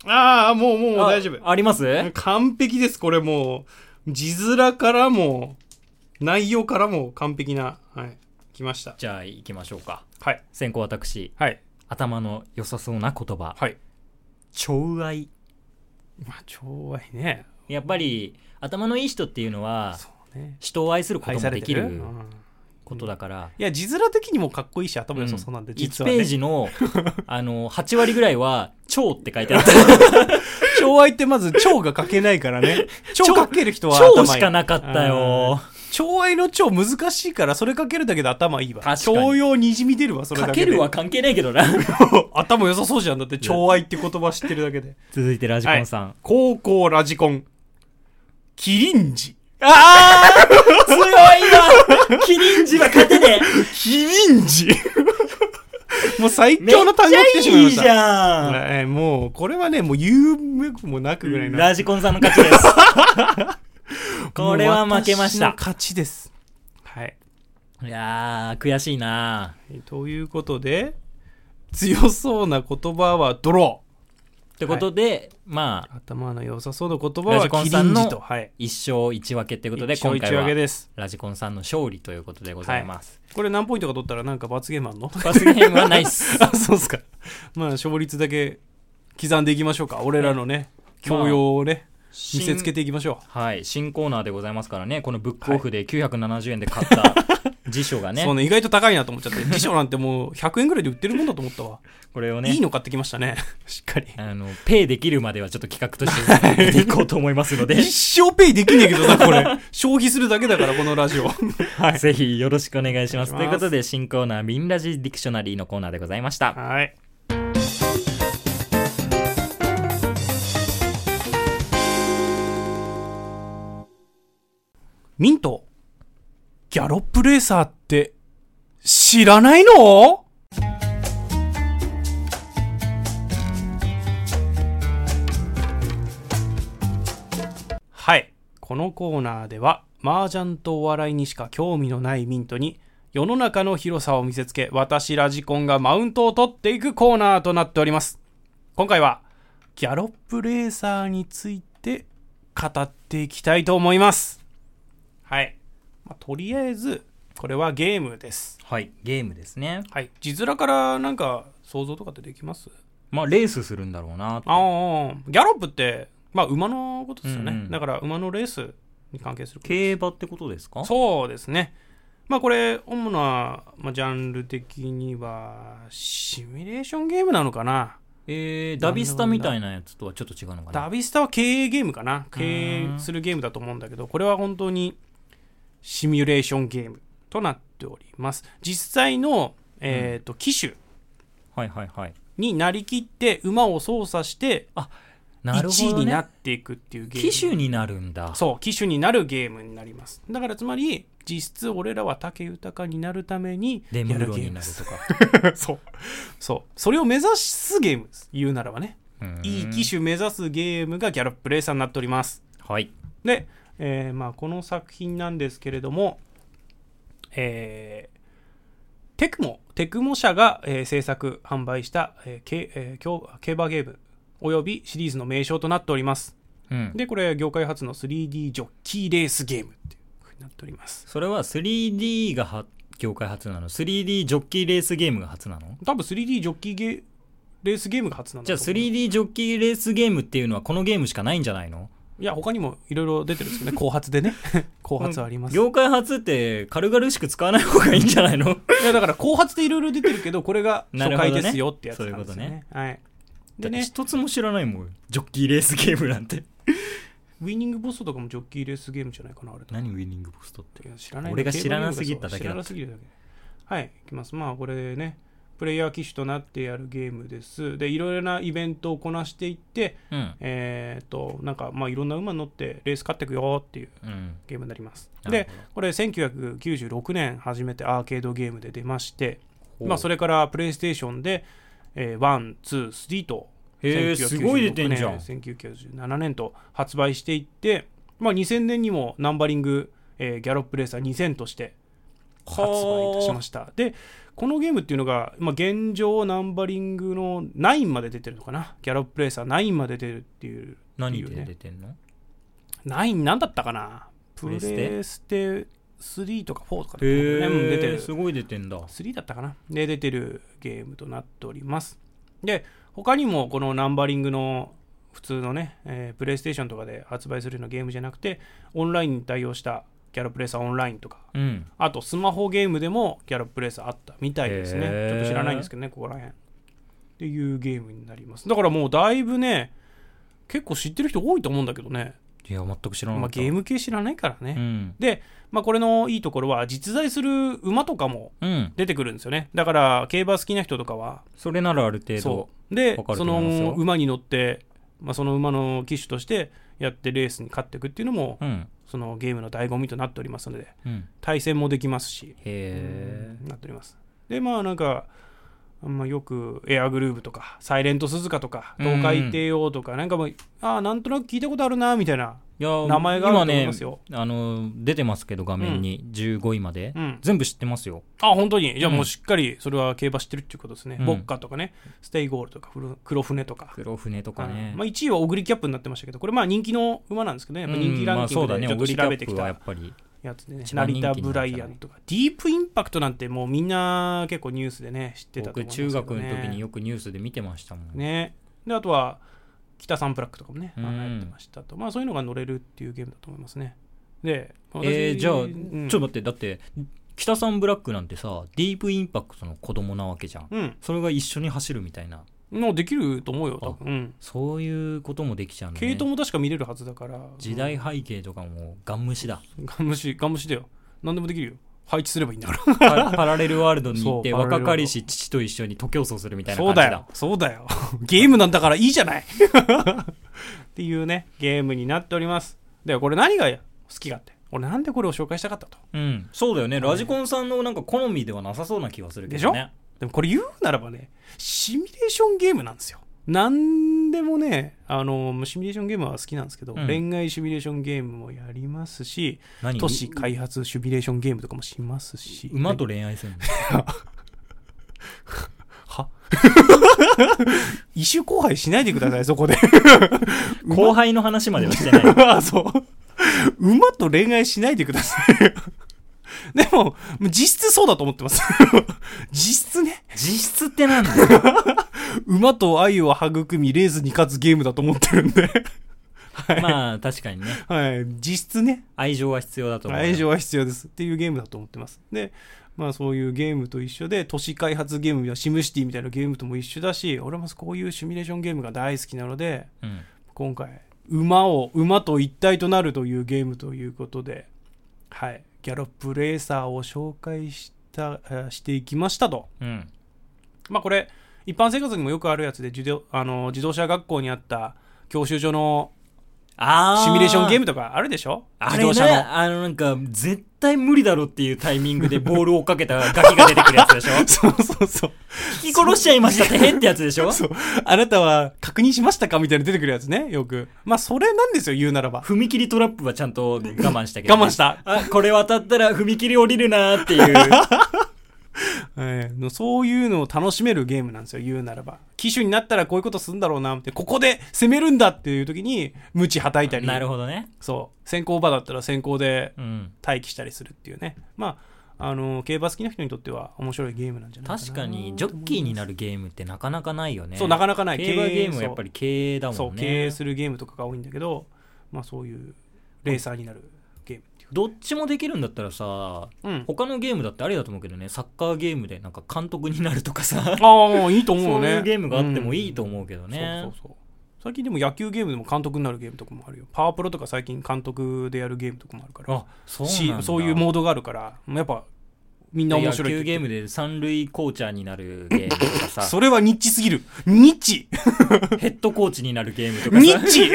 [SPEAKER 2] ああ、もうもう
[SPEAKER 1] あ
[SPEAKER 2] 大丈夫。
[SPEAKER 1] あります
[SPEAKER 2] 完璧です、これもう。字面からも、内容からも完璧な、はい、来ました。
[SPEAKER 1] じゃあ行きましょうか
[SPEAKER 2] はい、
[SPEAKER 1] 先行私
[SPEAKER 2] はい、
[SPEAKER 1] 頭の良さそうな言葉
[SPEAKER 2] はい。
[SPEAKER 1] 寵愛
[SPEAKER 2] まあ、超愛ね。
[SPEAKER 1] やっぱり頭のいい人っていうのは
[SPEAKER 2] そうね。
[SPEAKER 1] 人を愛することもでき
[SPEAKER 2] う
[SPEAKER 1] る
[SPEAKER 2] ん
[SPEAKER 1] ことだから
[SPEAKER 2] いや、字面的にもかっこいいし、頭良さそうなんで、実
[SPEAKER 1] 1
[SPEAKER 2] は、
[SPEAKER 1] ペ
[SPEAKER 2] ね。
[SPEAKER 1] ージ のあの8割ぐらいは「超」って書い てあった
[SPEAKER 2] 超愛ってまず、超が書けないか らね。超書ける人は頭いい。
[SPEAKER 1] 超しかなかったよ
[SPEAKER 2] 超愛の超難しいから、それ書けるだけで頭いいわ。
[SPEAKER 1] 確かに
[SPEAKER 2] 超用にじみ出るわ、それだ
[SPEAKER 1] か
[SPEAKER 2] けで。
[SPEAKER 1] けるは関係ないけどな
[SPEAKER 2] 頭良さそうじゃん。だって、超愛って言葉知ってるだけで。
[SPEAKER 1] 続いてラジコンさん、
[SPEAKER 2] 高校ラジコン。キリンジ。
[SPEAKER 1] あー強いなキリンジは勝てねえ
[SPEAKER 2] キリンジ もう最
[SPEAKER 1] めっ
[SPEAKER 2] 強の単語来て
[SPEAKER 1] ち
[SPEAKER 2] し
[SPEAKER 1] ゃ
[SPEAKER 2] まい
[SPEAKER 1] い
[SPEAKER 2] ま
[SPEAKER 1] い
[SPEAKER 2] し
[SPEAKER 1] じ
[SPEAKER 2] た。
[SPEAKER 1] ゃん
[SPEAKER 2] えーもう、これはね、もう言うめくもなくぐらいの。
[SPEAKER 1] ラジコンさんの勝ち ですこれは負けまし
[SPEAKER 2] もう私の
[SPEAKER 1] た
[SPEAKER 2] 勝ちです。はい。
[SPEAKER 1] いやー悔しいな
[SPEAKER 2] ということで、強そうな言葉はドロ
[SPEAKER 1] ってことで、まあ
[SPEAKER 2] ー。頭の良さそうな言葉
[SPEAKER 1] ラ
[SPEAKER 2] は
[SPEAKER 1] ジコン
[SPEAKER 2] キ
[SPEAKER 1] さ
[SPEAKER 2] リ
[SPEAKER 1] ん
[SPEAKER 2] ン
[SPEAKER 1] の
[SPEAKER 2] ジと。はい。
[SPEAKER 1] 一勝一分けってことで
[SPEAKER 2] 一応
[SPEAKER 1] 今
[SPEAKER 2] 一
[SPEAKER 1] 回
[SPEAKER 2] 分け
[SPEAKER 1] は
[SPEAKER 2] です。
[SPEAKER 1] ラジコンさんの勝利ということでございます、
[SPEAKER 2] これ何ポイントか取ったらなんか罰ゲームあ んの
[SPEAKER 1] 罰ゲームはないっす
[SPEAKER 2] あ、そうっすか。まあ、勝率だけ刻んでいきましょうか。俺らのね、教養をね、見せつけていきましょ
[SPEAKER 1] はい新コーナーでございますからねこのブックオフで970円で買った辞書が
[SPEAKER 2] う。
[SPEAKER 1] ね,、
[SPEAKER 2] そうね、意外と高いなと思っちゃって。辞書なんてもう100円ぐらいで売ってるもんだと思ったわ。
[SPEAKER 1] これをね
[SPEAKER 2] いいの買ってきましたね。 しっかり。
[SPEAKER 1] あのペイできるまではちょっと企画としてやっていこうと思いますので
[SPEAKER 2] 一生ペイできねえけどな、これ。消費するだけだから、このラジオ。 はい。
[SPEAKER 1] ぜひよろしくお願いします
[SPEAKER 2] お
[SPEAKER 1] とい
[SPEAKER 2] 願
[SPEAKER 1] うこ
[SPEAKER 2] いします
[SPEAKER 1] とで新コーナー「ミンラジディクショナリー」のコーナーでございました
[SPEAKER 2] はい。ミント、ギャロップレーサーって知らないのはい。このコーナーでは、麻雀とお笑いにしか興味のないミントに、世の中の広さを見せつけ、私ラジコンがマウントを取っていくコーナーとなっております。今回は、ギャロップレーサーについて語っていきたいと思います。はい。まあ、とりあえず、これはゲームです。
[SPEAKER 1] はいゲームですね
[SPEAKER 2] はい。字面からなんか想像とかってできます
[SPEAKER 1] まあレースするんだろうなって
[SPEAKER 2] ああ、ギャロップって、まあ馬のことですよね。
[SPEAKER 1] うんうん
[SPEAKER 2] だから馬のレースに関係すること
[SPEAKER 1] 競馬ってことですか
[SPEAKER 2] そうですね。まあこれ、主な、まあ、ジャンル的には、シミュレーションゲームなのかな。
[SPEAKER 1] えー、ダビスタみたいなやつとはちょっと違うのかな
[SPEAKER 2] ダビスタは経営ゲームかな。経
[SPEAKER 1] うん
[SPEAKER 2] 営するゲームだと思うんだけど、これは本当にシミュレーションゲームとなっております。実際の、えっ、と、機種
[SPEAKER 1] はいはいはい
[SPEAKER 2] になりきって馬を操作して、
[SPEAKER 1] なる
[SPEAKER 2] 1位
[SPEAKER 1] ほど、
[SPEAKER 2] にな
[SPEAKER 1] ね
[SPEAKER 2] っ、ていくっていうゲーム。
[SPEAKER 1] 機種になるんだ
[SPEAKER 2] そう、機種になるゲームになります。だからつまり、実質俺らは竹豊になるために
[SPEAKER 1] で
[SPEAKER 2] や
[SPEAKER 1] ム
[SPEAKER 2] る
[SPEAKER 1] ロ
[SPEAKER 2] ゲー
[SPEAKER 1] に
[SPEAKER 2] ム
[SPEAKER 1] な
[SPEAKER 2] で
[SPEAKER 1] る
[SPEAKER 2] す。
[SPEAKER 1] とか
[SPEAKER 2] そう。そう。それを目指すゲームです。言うならばね。
[SPEAKER 1] うん
[SPEAKER 2] いい機種目指すゲームがギャラップレーサーになっております。
[SPEAKER 1] はい
[SPEAKER 2] で、えーまあ、この作品なんですけれども、えーテクモ、テクモ社が、えー制作、販売した、えーけえー競競馬ゲーム、およびシリーズの名称となっております。
[SPEAKER 1] うん
[SPEAKER 2] で、これ、業界初の 3D ジョッキーレースゲームっていうふうになっております。
[SPEAKER 1] それは 3D がは業界初なの 3D ジョッキーレースゲームが初なの
[SPEAKER 2] 多分 3D ジョッキーゲーレースゲームが初なんだ
[SPEAKER 1] じゃあ
[SPEAKER 2] と思う
[SPEAKER 1] 3D ジョッキーレースゲームっていうのはこのゲームしかないんじゃないの
[SPEAKER 2] いや他にもいろいろ出てるんですけど ね後発でね後発はあります、
[SPEAKER 1] 業界初って軽々しく使わない方がいいんじゃないの
[SPEAKER 2] いやだから後発でいろいろ出てるけどこれが
[SPEAKER 1] な
[SPEAKER 2] 初
[SPEAKER 1] るほどね
[SPEAKER 2] 回ですよってやつなんですよねはい でね
[SPEAKER 1] 一つも知らないもんジョッキーレースゲームなんて
[SPEAKER 2] ウィニングボストとかもジョッキーレースゲームじゃないかなあれ
[SPEAKER 1] 何ウィニングポストって
[SPEAKER 2] いや知らない
[SPEAKER 1] 俺が知らなすぎただけだ
[SPEAKER 2] 知らなすぎるだけはいいきますまあこれねプレイヤー機種となってやるゲームですでいろいろなイベントをこなしていって
[SPEAKER 1] うん
[SPEAKER 2] えっ、となんかまあいろんな馬に乗ってレース勝っていくよっていう
[SPEAKER 1] うん
[SPEAKER 2] ゲームになります
[SPEAKER 1] なる
[SPEAKER 2] で
[SPEAKER 1] ほど
[SPEAKER 2] これ1996年初めてアーケードゲームで出まして
[SPEAKER 1] ほう
[SPEAKER 2] まあそれからプレイステーションで、えー、123と
[SPEAKER 1] へえ
[SPEAKER 2] 1996
[SPEAKER 1] すごい出てんじゃん
[SPEAKER 2] 年1997年と発売していって、まあ、2000年にもナンバリング、えーギャロップレーサー2000として発売いたしましたでこのゲームっていうのが、まあ、現状ナンバリングの9まで出てるのかなギャロップレーサー9まで出てるっていう
[SPEAKER 1] 何
[SPEAKER 2] って
[SPEAKER 1] で
[SPEAKER 2] いうね
[SPEAKER 1] 出てんの
[SPEAKER 2] 9なんだったかなプ
[SPEAKER 1] プレステ
[SPEAKER 2] レステ3とか4とかだったかな
[SPEAKER 1] へえ
[SPEAKER 2] うん出てる
[SPEAKER 1] すごい出てんだ
[SPEAKER 2] 3だったかなで出てるゲームとなっておりますで他にもこのナンバリングの普通のね、えープレイステーションとかで発売するようなゲームじゃなくてオンラインに対応したギャロプレーサーオンラインとか
[SPEAKER 1] うん
[SPEAKER 2] あとスマホゲームでもギャロプレーサーあったみたいですね
[SPEAKER 1] へー
[SPEAKER 2] ちょっと知らないんですけどねここら辺っていうゲームになりますだからもうだいぶね結構知ってる人多いと思うんだけどね、
[SPEAKER 1] いや全く知らな
[SPEAKER 2] ま
[SPEAKER 1] かっ
[SPEAKER 2] あ、
[SPEAKER 1] た
[SPEAKER 2] ゲーム系知らないからね、
[SPEAKER 1] うん
[SPEAKER 2] で、まあ、これのいいところは実在する馬とかも
[SPEAKER 1] うん
[SPEAKER 2] 出てくるんですよねだから競馬好きな人とかは
[SPEAKER 1] それならある程度
[SPEAKER 2] そうで
[SPEAKER 1] わかると
[SPEAKER 2] そ
[SPEAKER 1] 思いますよ
[SPEAKER 2] の馬に乗って、まあ、その馬の騎手としてやってレースに勝っていくっていうのも、
[SPEAKER 1] うん
[SPEAKER 2] そのゲームの醍醐味となっておりますので
[SPEAKER 1] うん
[SPEAKER 2] 対戦もできますし、
[SPEAKER 1] へ
[SPEAKER 2] なっておりますでまあなんか、まあ、よくエアグルーヴとかサイレント鈴鹿とか東海帝王とか、なんかもうああなんとなく聞いたことあるなみたいない
[SPEAKER 1] や
[SPEAKER 2] 名前があると思いますよ、
[SPEAKER 1] 今ねあの出てますけど画面に15位まで
[SPEAKER 2] うん、
[SPEAKER 1] 全部知ってますよ
[SPEAKER 2] あ、本当に。じゃあ
[SPEAKER 1] うん
[SPEAKER 2] もうしっかり、それは競馬知ってるっていうことですね。
[SPEAKER 1] うん
[SPEAKER 2] ボッカとかね、ステイゴールとか、フロ黒船とか。
[SPEAKER 1] 黒船とかね
[SPEAKER 2] うんまあ、1位はオグリキャップになってましたけど、これまあ人気の馬なんですけどね、やっぱ人気ランキング
[SPEAKER 1] うんまあそうだ
[SPEAKER 2] で
[SPEAKER 1] ね
[SPEAKER 2] ちょ
[SPEAKER 1] オ
[SPEAKER 2] っ
[SPEAKER 1] グ
[SPEAKER 2] と
[SPEAKER 1] リキャ
[SPEAKER 2] 調べて
[SPEAKER 1] ッ
[SPEAKER 2] き
[SPEAKER 1] プはや
[SPEAKER 2] た
[SPEAKER 1] っぱり
[SPEAKER 2] やつでね、
[SPEAKER 1] 一番人
[SPEAKER 2] 成
[SPEAKER 1] 気になっ
[SPEAKER 2] 田
[SPEAKER 1] ちゃうね
[SPEAKER 2] ブライアンとか、ディープインパクトなんてもうみんな結構ニュースでね、知ってたと
[SPEAKER 1] 僕
[SPEAKER 2] 思いますけど、
[SPEAKER 1] 中
[SPEAKER 2] ね。
[SPEAKER 1] 学の時によくニュースで見てましたもん
[SPEAKER 2] ね。で、あとは、北サンプラックとかもね、あの
[SPEAKER 1] うん
[SPEAKER 2] やってましたと。まあそういうのが乗れるっていうゲームだと思いますね。で、
[SPEAKER 1] えー、
[SPEAKER 2] 私
[SPEAKER 1] じゃあ、
[SPEAKER 2] うん
[SPEAKER 1] ちょっと待ってだって北さんブラックなんてさディープインパクトの子供なわけじゃん
[SPEAKER 2] うん。
[SPEAKER 1] それが一緒に走るみたいな
[SPEAKER 2] もうできると思うよ、多分。うん
[SPEAKER 1] そういうこともできちゃうんだ、ね、
[SPEAKER 2] 系統も確か見れるはずだから
[SPEAKER 1] 時代背景とかもガン無視だ
[SPEAKER 2] うんガン無視ガン無視だよ何でもできるよ配置すればいいんだか
[SPEAKER 1] パ
[SPEAKER 2] ら
[SPEAKER 1] パラレルワールドに行って
[SPEAKER 2] そうパラレルワー
[SPEAKER 1] 若
[SPEAKER 2] ルド
[SPEAKER 1] かりし父と一緒に徒競走するみたいな
[SPEAKER 2] そ
[SPEAKER 1] 感
[SPEAKER 2] う
[SPEAKER 1] じだ
[SPEAKER 2] だよそうだよ ゲームなんだからいいじゃないっていうねゲームになっておりますではこれ何が好きかって俺なんでこれを紹介したかったと
[SPEAKER 1] うん、そうだよねラジコンさんのなんか好みではなさそうな気はするけどね
[SPEAKER 2] でもこれ言うならばねシミュレーションゲームなんですよ何でもねあのシミュレーションゲームは好きなんですけど、
[SPEAKER 1] うん
[SPEAKER 2] 恋愛シミュレーションゲームもやりますし
[SPEAKER 1] 何
[SPEAKER 2] 都市開発シミュレーションゲームとかもしますし
[SPEAKER 1] 馬と恋愛するの
[SPEAKER 2] は異種交配しないでください、そ こで。
[SPEAKER 1] 後輩の話まではして ない
[SPEAKER 2] あそう。馬と恋愛しないでください。 でも、もう実質そうだと思ってます。 実質ね、
[SPEAKER 1] 実質ってなんだよ
[SPEAKER 2] 馬と愛を育み、レースに勝つゲームだと思ってるんで。
[SPEAKER 1] まあ確かにね
[SPEAKER 2] はい。実質ね、
[SPEAKER 1] 愛情は必要だと思うよ
[SPEAKER 2] 愛情は必要ですっていうゲームだと思ってます。で、まあそういうゲームと一緒で、都市開発ゲームやシムシティみたいなゲームとも一緒だし、俺もこういうシミュレーションゲームが大好きなので、
[SPEAKER 1] うん
[SPEAKER 2] 今回馬を馬と一体となるというゲームということではいギャロップレーサーを紹介したえーしていきましたと
[SPEAKER 1] うん
[SPEAKER 2] まあこれ一般生活にもよくあるやつで自動あの自動車学校にあった教習所の
[SPEAKER 1] あ
[SPEAKER 2] シミュレーションゲ
[SPEAKER 1] ム
[SPEAKER 2] ームとかあるでしょ
[SPEAKER 1] あ
[SPEAKER 2] 自
[SPEAKER 1] れ
[SPEAKER 2] 動
[SPEAKER 1] ね
[SPEAKER 2] 車の
[SPEAKER 1] あのなんか絶対無理だろっていうタイミングでボールを追っかけたガキが出てくるやつ でしょ
[SPEAKER 2] そうそうそう
[SPEAKER 1] 引き殺しちゃいましたってへってやつでしょ
[SPEAKER 2] そうあなたは確認しましたかみたいな出てくるやつねよくまあそれなんですよ言うならば
[SPEAKER 1] 踏切トラップはちゃんと我慢したけど、
[SPEAKER 2] 我慢した
[SPEAKER 1] あこれ渡ったら踏切降りるなーっていう
[SPEAKER 2] えーのそういうのを楽しめるゲームなんですよ、言うならば。機種になったらこういうことするんだろうなって、ここで攻めるんだっていう時に、無知はたいた り、
[SPEAKER 1] なるほどね
[SPEAKER 2] そう、先行場だったら先行で
[SPEAKER 1] うん
[SPEAKER 2] 待機したりするっていうね。まあ、あの、競馬好きな人にとっては面白いゲームなんじゃないかな。
[SPEAKER 1] 確かにジョッキーになるゲームってなかなかないよね
[SPEAKER 2] そう、なか
[SPEAKER 1] な
[SPEAKER 2] なかない。
[SPEAKER 1] 競馬ゲームはやっぱ
[SPEAKER 2] り
[SPEAKER 1] り経営だもんね
[SPEAKER 2] そう、経営するゲームとかが多いんだけど、まあそういうレーサーになるゲームっていう
[SPEAKER 1] どっちもできるんだったらさ
[SPEAKER 2] うん、
[SPEAKER 1] 他のゲームだってありだと思うけどねサッカーゲームでなんか監督になるとかさ
[SPEAKER 2] ああいいと
[SPEAKER 1] そう
[SPEAKER 2] 思うよね
[SPEAKER 1] いうゲームがあってもいいと
[SPEAKER 2] うん
[SPEAKER 1] 思うけどね、
[SPEAKER 2] そうそうそう最近でも野球ゲームでも監督になるゲームとかもあるよパワープロとか最近監督でやるゲームとかもあるから
[SPEAKER 1] あそう
[SPEAKER 2] し
[SPEAKER 1] なんだ
[SPEAKER 2] そういうモードがあるからやっぱみんな
[SPEAKER 1] 野
[SPEAKER 2] 面白い
[SPEAKER 1] 球
[SPEAKER 2] って
[SPEAKER 1] ゲ
[SPEAKER 2] 言
[SPEAKER 1] ー
[SPEAKER 2] って
[SPEAKER 1] ムで三塁コーチャーになるゲームとかさ
[SPEAKER 2] それはニッチすぎるニッチ
[SPEAKER 1] ヘッドコーチになるゲームとか
[SPEAKER 2] ニ
[SPEAKER 1] さ
[SPEAKER 2] ッ チ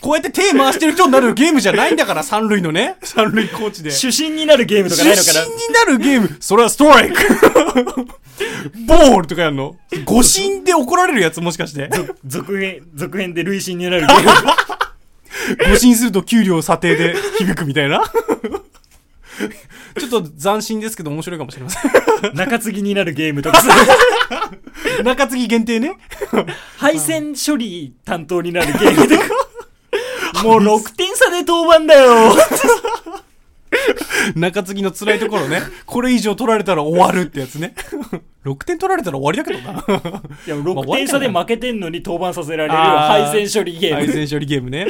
[SPEAKER 2] こうやって手回してる人になるゲームじゃないんだから三塁のね三塁コーチで
[SPEAKER 1] 主審になるゲームとかないのかな
[SPEAKER 2] 主審になるゲームそれはスト ライクボールとかやんの誤審で怒られるやつもしかして
[SPEAKER 1] 続編続編で累進になるゲ ーム
[SPEAKER 2] 誤信すると給料査定で響くみたいなちょっと斬新ですけど面白いかもしれませ
[SPEAKER 1] 中継ぎになるゲームとか さ
[SPEAKER 2] ん中継ぎ限定ね
[SPEAKER 1] 配線処理担当になるゲームと かもう6点差で当番だよ
[SPEAKER 2] 中継ぎの辛いところねこれ以上取られたら終わるってやつね6点取られたら終わりだけどない
[SPEAKER 1] や6点差で負けてんのに当番させられる
[SPEAKER 2] あー
[SPEAKER 1] 配線処理ゲ
[SPEAKER 2] 対
[SPEAKER 1] ーム
[SPEAKER 2] 戦処理ゲームね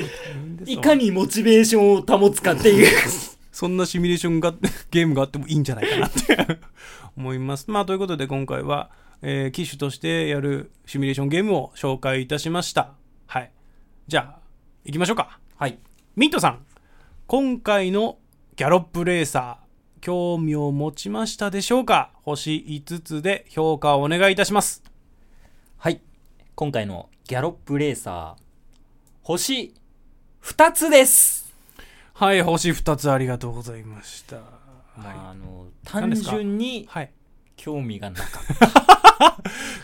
[SPEAKER 1] いかにモチベーションを保つかっていう
[SPEAKER 2] そんなシミュレーションがゲームがあってもいいんじゃないかなって思います。まあということで今回は、えー機種としてやるシミュレーションゲームを紹介いたしました。はい。じゃあ、行きましょうか。
[SPEAKER 1] はい
[SPEAKER 2] ミントさん、今回のギャロップレーサー、興味を持ちましたでしょうか星5つで評価をお願いいたします。
[SPEAKER 1] はい今回のギャロップレーサー星2つです
[SPEAKER 2] はい、星2つありがとうございました。
[SPEAKER 1] まあ、
[SPEAKER 2] は
[SPEAKER 1] あの
[SPEAKER 2] 何
[SPEAKER 1] 単
[SPEAKER 2] ですか
[SPEAKER 1] 純
[SPEAKER 2] い。
[SPEAKER 1] に
[SPEAKER 2] はい。
[SPEAKER 1] 興味がなかった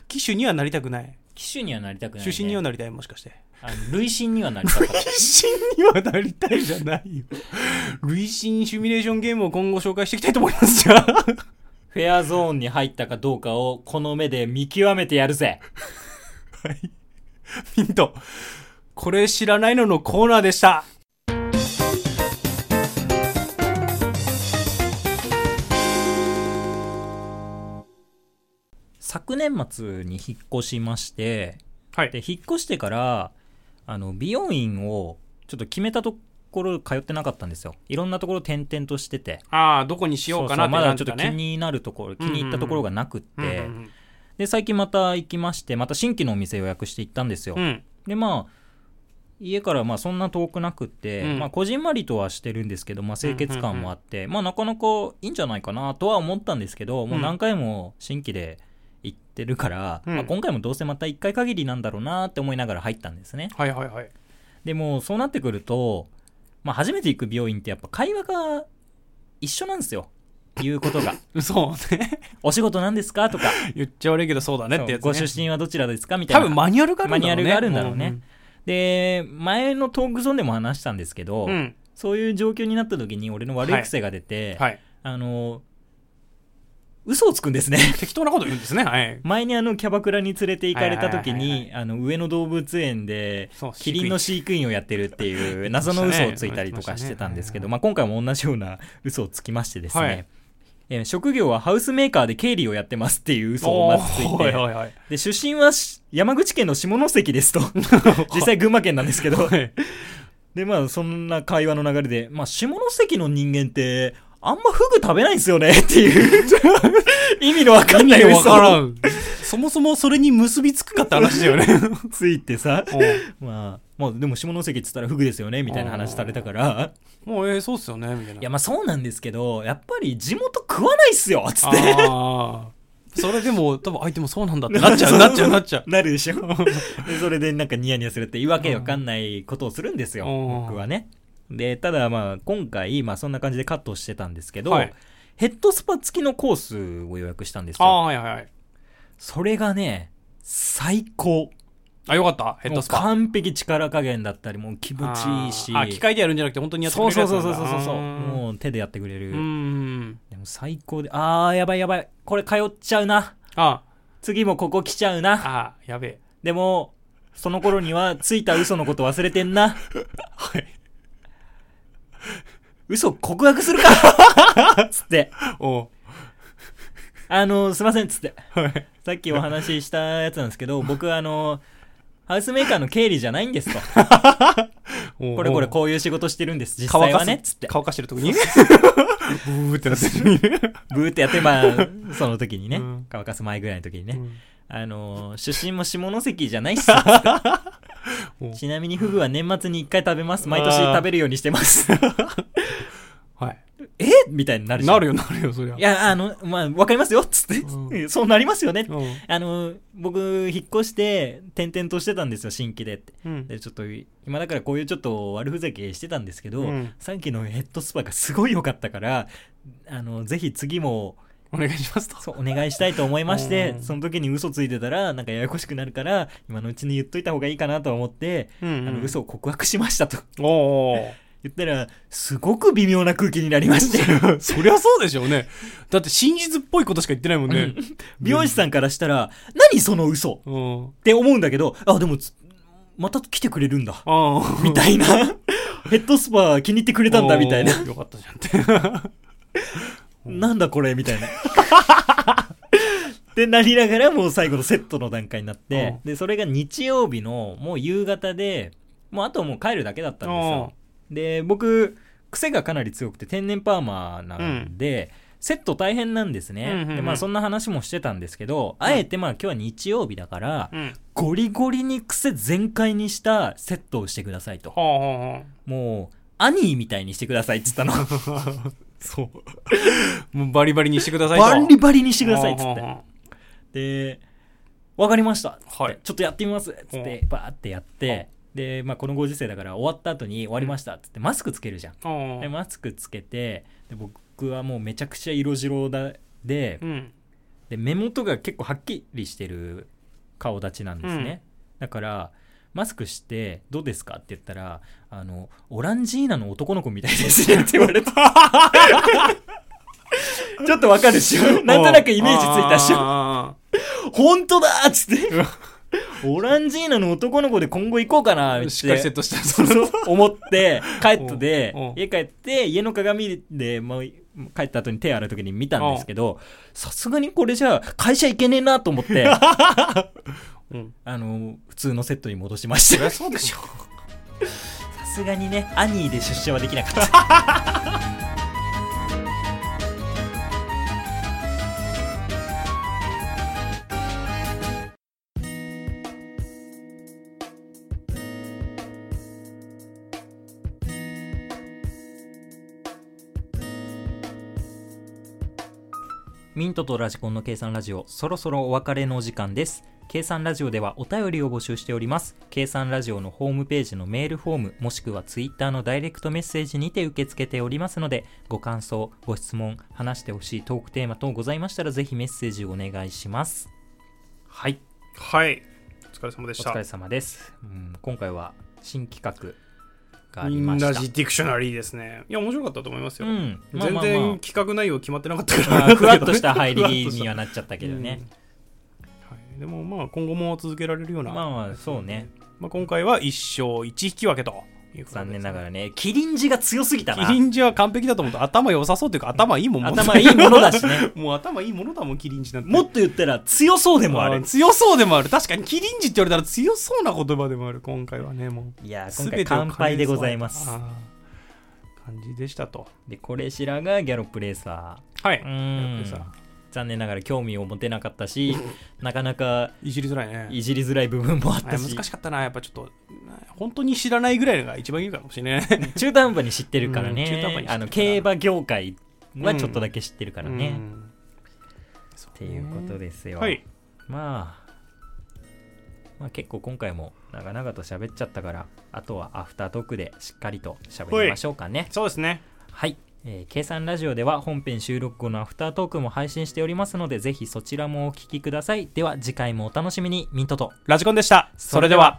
[SPEAKER 2] 機種にはなりたくない。
[SPEAKER 1] 機種にはなりたくない、ね、
[SPEAKER 2] 出身にはなりたい、もしかして。
[SPEAKER 1] あの累進にはなりたかった
[SPEAKER 2] 累進にはなりたいじゃないよ。累進シミュレーションゲームを今後紹介していきたいと思います。じゃ あ。
[SPEAKER 1] フェアゾーンに入ったかどうかをこの目で見極めてやるぜ
[SPEAKER 2] ヒント。これ知らないののコーナーでした。
[SPEAKER 1] 昨年末に引っ越しまして
[SPEAKER 2] は
[SPEAKER 1] で。引っ越してからあの美容院をちょっと決めたところ通ってなかったんですよいろんなところ転々としてて
[SPEAKER 2] ああ、どこにしようか
[SPEAKER 1] そ
[SPEAKER 2] なっ
[SPEAKER 1] そ
[SPEAKER 2] て
[SPEAKER 1] ま
[SPEAKER 2] な
[SPEAKER 1] だ
[SPEAKER 2] っ
[SPEAKER 1] ちょ
[SPEAKER 2] て
[SPEAKER 1] っと
[SPEAKER 2] た
[SPEAKER 1] 気
[SPEAKER 2] ね。
[SPEAKER 1] になるところ、気に入ったところがなくって、
[SPEAKER 2] うん
[SPEAKER 1] で最近また行きましてまた新規のお店予約して行ったんですよ、
[SPEAKER 2] うんうん。
[SPEAKER 1] でまあ家からまあそんな遠くなくって、
[SPEAKER 2] うん
[SPEAKER 1] まあこじんまりとはしてるんですけど、まあ、清潔感もあって、まあなかなかいいんじゃないかなとは思ったんですけど、もう何回も新規で行ってるから、
[SPEAKER 2] うん
[SPEAKER 1] まあ、今回もどうせまた1回限りなんだろうなって思いながら入ったんですね
[SPEAKER 2] はいはいはい。
[SPEAKER 1] でもそうなってくると、まあ、初めて行く病院ってやっぱ会話が一緒なんですよ言うこと が
[SPEAKER 2] そうね。
[SPEAKER 1] お仕事なんですかとか、
[SPEAKER 2] 言っちゃ悪いけどそうだねってやつ、ね。
[SPEAKER 1] ご出身はどちらですかみたい
[SPEAKER 2] 多
[SPEAKER 1] な
[SPEAKER 2] 分マニュアルがあるんだろうね。
[SPEAKER 1] マニュアルがあるんだろうねで前のトークゾーンでも話したんですけど、
[SPEAKER 2] うん。うん。
[SPEAKER 1] そういう状況になった時に俺の悪い癖が出て、
[SPEAKER 2] はい。
[SPEAKER 1] あの、嘘をつくんですね。
[SPEAKER 2] 適当なこと言うんですね。はい。
[SPEAKER 1] 前にあのキャバクラに連れて行かれた時
[SPEAKER 2] はいはいはい
[SPEAKER 1] に、あの上野動物園で
[SPEAKER 2] そう、
[SPEAKER 1] キリンの飼育員をやってるっていう謎の嘘をついたりとかしてたんですけど、まあ今回も同じような嘘をつきましてですね、
[SPEAKER 2] はい
[SPEAKER 1] えー職業はハウスメーカーで経理をやってますっていう嘘をまずつい
[SPEAKER 2] おー
[SPEAKER 1] て、
[SPEAKER 2] はいはいはい。
[SPEAKER 1] で出身はし山口県の下関です と実際群馬県なんですけど
[SPEAKER 2] はい
[SPEAKER 1] でまあそんな会話の流れで、まあ、下関の人間ってあんまフグ食べないんすよね って いう 意味のわかんない
[SPEAKER 2] 意味
[SPEAKER 1] 嘘
[SPEAKER 2] わから
[SPEAKER 1] を
[SPEAKER 2] ん。 そもそもそれに結びつくかって話だ よね。
[SPEAKER 1] ついてさ まあ、まあ、でも下関って言ったらフグですよねみたいな話されたから
[SPEAKER 2] もう、えーそうっすよね、みたいな。
[SPEAKER 1] いやまあそうなんですけどやっぱり地元食わないっすよつって
[SPEAKER 2] あー それでも、多分相手もそうなんだって なっちゃう、なっちゃう、なっちゃう。
[SPEAKER 1] なるでしょ でそれでなんかニヤニヤするって言い訳わかんないことをするんですよ、
[SPEAKER 2] うん
[SPEAKER 1] 僕はねでただまあ今回、まあ、そんな感じでカットしてたんですけど、
[SPEAKER 2] はい
[SPEAKER 1] ヘッドスパ付きのコースを予約した んです
[SPEAKER 2] ああ
[SPEAKER 1] よ
[SPEAKER 2] ー、はいはいはい。
[SPEAKER 1] それがね最高
[SPEAKER 2] あ、よかった、ヘッドスパ。
[SPEAKER 1] もう完璧力加減だったりもう気持ちいいし
[SPEAKER 2] あーあ、機械でやるんじゃなくて、本当にやってく
[SPEAKER 1] そ
[SPEAKER 2] れ
[SPEAKER 1] う
[SPEAKER 2] るや
[SPEAKER 1] そう
[SPEAKER 2] つな
[SPEAKER 1] そ
[SPEAKER 2] ん
[SPEAKER 1] う
[SPEAKER 2] だ
[SPEAKER 1] そうそうそうそう
[SPEAKER 2] あー
[SPEAKER 1] もう手でやってくれる、
[SPEAKER 2] うーん。
[SPEAKER 1] でも最高であーやばいやばいこれ通っちゃうな
[SPEAKER 2] あ
[SPEAKER 1] 次もここ来ちゃうな
[SPEAKER 2] あー、やべえ。
[SPEAKER 1] でも、その頃にはついた嘘のこと忘れてんな。
[SPEAKER 2] はい。
[SPEAKER 1] 嘘告白するかつって。
[SPEAKER 2] おう
[SPEAKER 1] あの、すいません、つって。
[SPEAKER 2] はい。
[SPEAKER 1] さっきお話 ししたやつなんですけど、僕あの、ハウスメーカーの経理じゃないんですと。
[SPEAKER 2] こ
[SPEAKER 1] これこれこういう仕事してるんです実
[SPEAKER 2] 乾
[SPEAKER 1] 際は
[SPEAKER 2] か
[SPEAKER 1] ね
[SPEAKER 2] す
[SPEAKER 1] つって
[SPEAKER 2] 乾かしてる時にブーってなってる
[SPEAKER 1] ブーってやってまあその時にね、
[SPEAKER 2] うん
[SPEAKER 1] 乾かす前ぐらいの時にね、
[SPEAKER 2] ね
[SPEAKER 1] あのー出身も下関じゃないっす
[SPEAKER 2] お
[SPEAKER 1] ちなみにフグは年末に1回食べます毎
[SPEAKER 2] あ
[SPEAKER 1] 年
[SPEAKER 2] ー
[SPEAKER 1] 食べるようにしてます
[SPEAKER 2] はい
[SPEAKER 1] えみたいになるじゃん
[SPEAKER 2] なるよなるよそりゃ
[SPEAKER 1] いやあのまあわかりますよつって、
[SPEAKER 2] う
[SPEAKER 1] そうなりますよね、
[SPEAKER 2] うん
[SPEAKER 1] あのー僕引っ越して転々としてたんですよ新規でって
[SPEAKER 2] うん
[SPEAKER 1] でちょっと今だからこういうちょっと悪ふざけしてたんですけど、
[SPEAKER 2] うん
[SPEAKER 1] さっきのヘッドスパがすごい良かったからあのぜひ次も
[SPEAKER 2] お願いしますと
[SPEAKER 1] そうお願いしたいと思いまして、
[SPEAKER 2] うん
[SPEAKER 1] その時に嘘ついてたらなんかややこしくなるから今のうちに言っといた方がいいかなと思って、
[SPEAKER 2] うん
[SPEAKER 1] あの
[SPEAKER 2] うん
[SPEAKER 1] 嘘を告白しましたと
[SPEAKER 2] おー
[SPEAKER 1] 言ったらすごく微妙な空気になりまして
[SPEAKER 2] そりゃそう でしょうねだって真実っぽいことしか言ってないもんね
[SPEAKER 1] 美容師さんからしたら「何その嘘っ
[SPEAKER 2] うん
[SPEAKER 1] て思うんだけどあでもつまた来てくれるんだ
[SPEAKER 2] ああ
[SPEAKER 1] みたいなヘッドスパ気に入ってくれたんだみたいな
[SPEAKER 2] よかったじゃん って
[SPEAKER 1] なんだこれみたいな。ってなりながらもう最後のセットの段階になって、で、それが日曜日のもう夕方で、もうあとはもう帰るだけだったんですよ。で、僕、癖がかなり強くて天然パーマなんで、セット大変なんですね。
[SPEAKER 2] うんうんうん
[SPEAKER 1] で、まあそんな話もしてたんですけど、あえてまあ今日は日曜日だから、
[SPEAKER 2] うん
[SPEAKER 1] ゴリゴリに癖全開にしたセットをしてくださいと。
[SPEAKER 2] はあは
[SPEAKER 1] もう、アニーみたいにしてくださいって言 ったの。そう。
[SPEAKER 2] あはあもうバリバリにしてくださいと
[SPEAKER 1] バリバリにしてくださいっつっ
[SPEAKER 2] は
[SPEAKER 1] て
[SPEAKER 2] あ。はあは
[SPEAKER 1] で、わかりましたっつって、
[SPEAKER 2] はい
[SPEAKER 1] ちょっとやってみますっつっ
[SPEAKER 2] う
[SPEAKER 1] て、バーってやって、で、まあ、このご時世だから終わった後に終わりましたっつって、マスクつけるじゃん。
[SPEAKER 2] あはあ
[SPEAKER 1] で、マスクつけて、で僕はもうめちゃくちゃ色白だで
[SPEAKER 2] うん
[SPEAKER 1] で、目元が結構はっきりしてる顔立ちなんですね。だから、マスクしてどうですかって言ったら、あの、オランジーナの男の子みたいですねって言われた。ちょっとわかるっしょ。なんとなくイメージついたっしょ。
[SPEAKER 2] あ
[SPEAKER 1] 本当だっつって
[SPEAKER 2] うわ。
[SPEAKER 1] オランジーナの男の子で今後行こうかなっ
[SPEAKER 2] ー
[SPEAKER 1] て
[SPEAKER 2] しっかりセットした
[SPEAKER 1] そうそう思って帰ってで
[SPEAKER 2] うんうん
[SPEAKER 1] 家帰って家の鏡で、まあ、帰った後に手洗う時に見たんですけどさすがにこれじゃあ会社行けねえなと思って
[SPEAKER 2] うん
[SPEAKER 1] あの普通のセットに戻しまし
[SPEAKER 2] そ
[SPEAKER 1] た
[SPEAKER 2] りゃ
[SPEAKER 1] さ
[SPEAKER 2] そうでしょ
[SPEAKER 1] すがにねアニーで出社はできなかったミントとラジコンの計算ラジオそろそろお別れのお時間です計算ラジオではお便りを募集しております計算ラジオのホームページのメールフォームもしくはツイッターのダイレクトメッセージにて受け付けておりますのでご感想ご質問話してほしいトークテーマ等ございましたらぜひメッセージをお願いしますはい
[SPEAKER 3] はいお疲れ様で
[SPEAKER 1] お
[SPEAKER 3] した
[SPEAKER 1] 疲れ様です、うん、今回は新企画があ
[SPEAKER 3] イ
[SPEAKER 1] り
[SPEAKER 3] ン
[SPEAKER 1] ま
[SPEAKER 3] ラ
[SPEAKER 1] した
[SPEAKER 3] ジディクショナリーですねいや面白かったと思います
[SPEAKER 1] う
[SPEAKER 3] よ、
[SPEAKER 1] ん、まあ
[SPEAKER 3] 全
[SPEAKER 1] まあまあ
[SPEAKER 3] 然企画内容決まってなかったから
[SPEAKER 1] ま
[SPEAKER 3] あれだけ
[SPEAKER 1] あふ
[SPEAKER 3] ど
[SPEAKER 1] わ
[SPEAKER 3] ね
[SPEAKER 1] っとした入
[SPEAKER 3] ふ
[SPEAKER 1] りに
[SPEAKER 3] わっ
[SPEAKER 1] はなっちゃった
[SPEAKER 3] と
[SPEAKER 1] けどね、
[SPEAKER 3] うんはい、でもまあ今後も続けられるような、
[SPEAKER 1] まあ
[SPEAKER 3] まあ
[SPEAKER 1] まあそうね
[SPEAKER 3] 今回は一勝一引き分けということで
[SPEAKER 1] 残念ながらねキリンジが強すぎたな
[SPEAKER 2] キリンジは完璧だと思った頭良さそうというか頭いいもんもう
[SPEAKER 1] 頭いいものだしね
[SPEAKER 2] もう頭いいものだもんキリンジなんて
[SPEAKER 1] もっと言ったら強そうでもあ
[SPEAKER 2] ー
[SPEAKER 1] る
[SPEAKER 2] 強そうでもある確かにキリンジって言われたら強そうな言葉でもある今回はねもう
[SPEAKER 1] いや今
[SPEAKER 2] 全て
[SPEAKER 1] 回
[SPEAKER 2] を兼ね
[SPEAKER 1] 乾杯でございます
[SPEAKER 2] 備えたあー感じでしたと
[SPEAKER 1] でこれしらがギャロップレーサ
[SPEAKER 2] は
[SPEAKER 1] ー
[SPEAKER 2] いうやっぱ
[SPEAKER 1] ーん
[SPEAKER 2] りさ
[SPEAKER 1] 残念ながら興味を持てなかったしなかなか
[SPEAKER 2] いじりづらいね
[SPEAKER 1] いじりづらい部分もあっ
[SPEAKER 2] あ
[SPEAKER 1] た
[SPEAKER 2] れ
[SPEAKER 1] し
[SPEAKER 2] 難しかったなやっぱちょっと本当に知らないぐらいのが一番いいかもしれないね
[SPEAKER 1] 中途半端に知ってるから
[SPEAKER 2] うん中途半端に
[SPEAKER 1] ね
[SPEAKER 2] 知ってるから
[SPEAKER 1] あの競馬業界はちょっとだけ知ってるからね、っ
[SPEAKER 2] んそ
[SPEAKER 1] ていうことですよ、
[SPEAKER 3] はい
[SPEAKER 1] まあまあ結構今回も長々と喋っちゃったからあとはアフタートークでしっかりと喋りましょうかね
[SPEAKER 3] そうですね
[SPEAKER 1] はい、えー計算ラジオでは本編収録後のアフタートークも配信しておりますのでぜひそちらもお聞きくださいでは次回もお楽しみにミントと
[SPEAKER 2] ラジコンでしたそれでは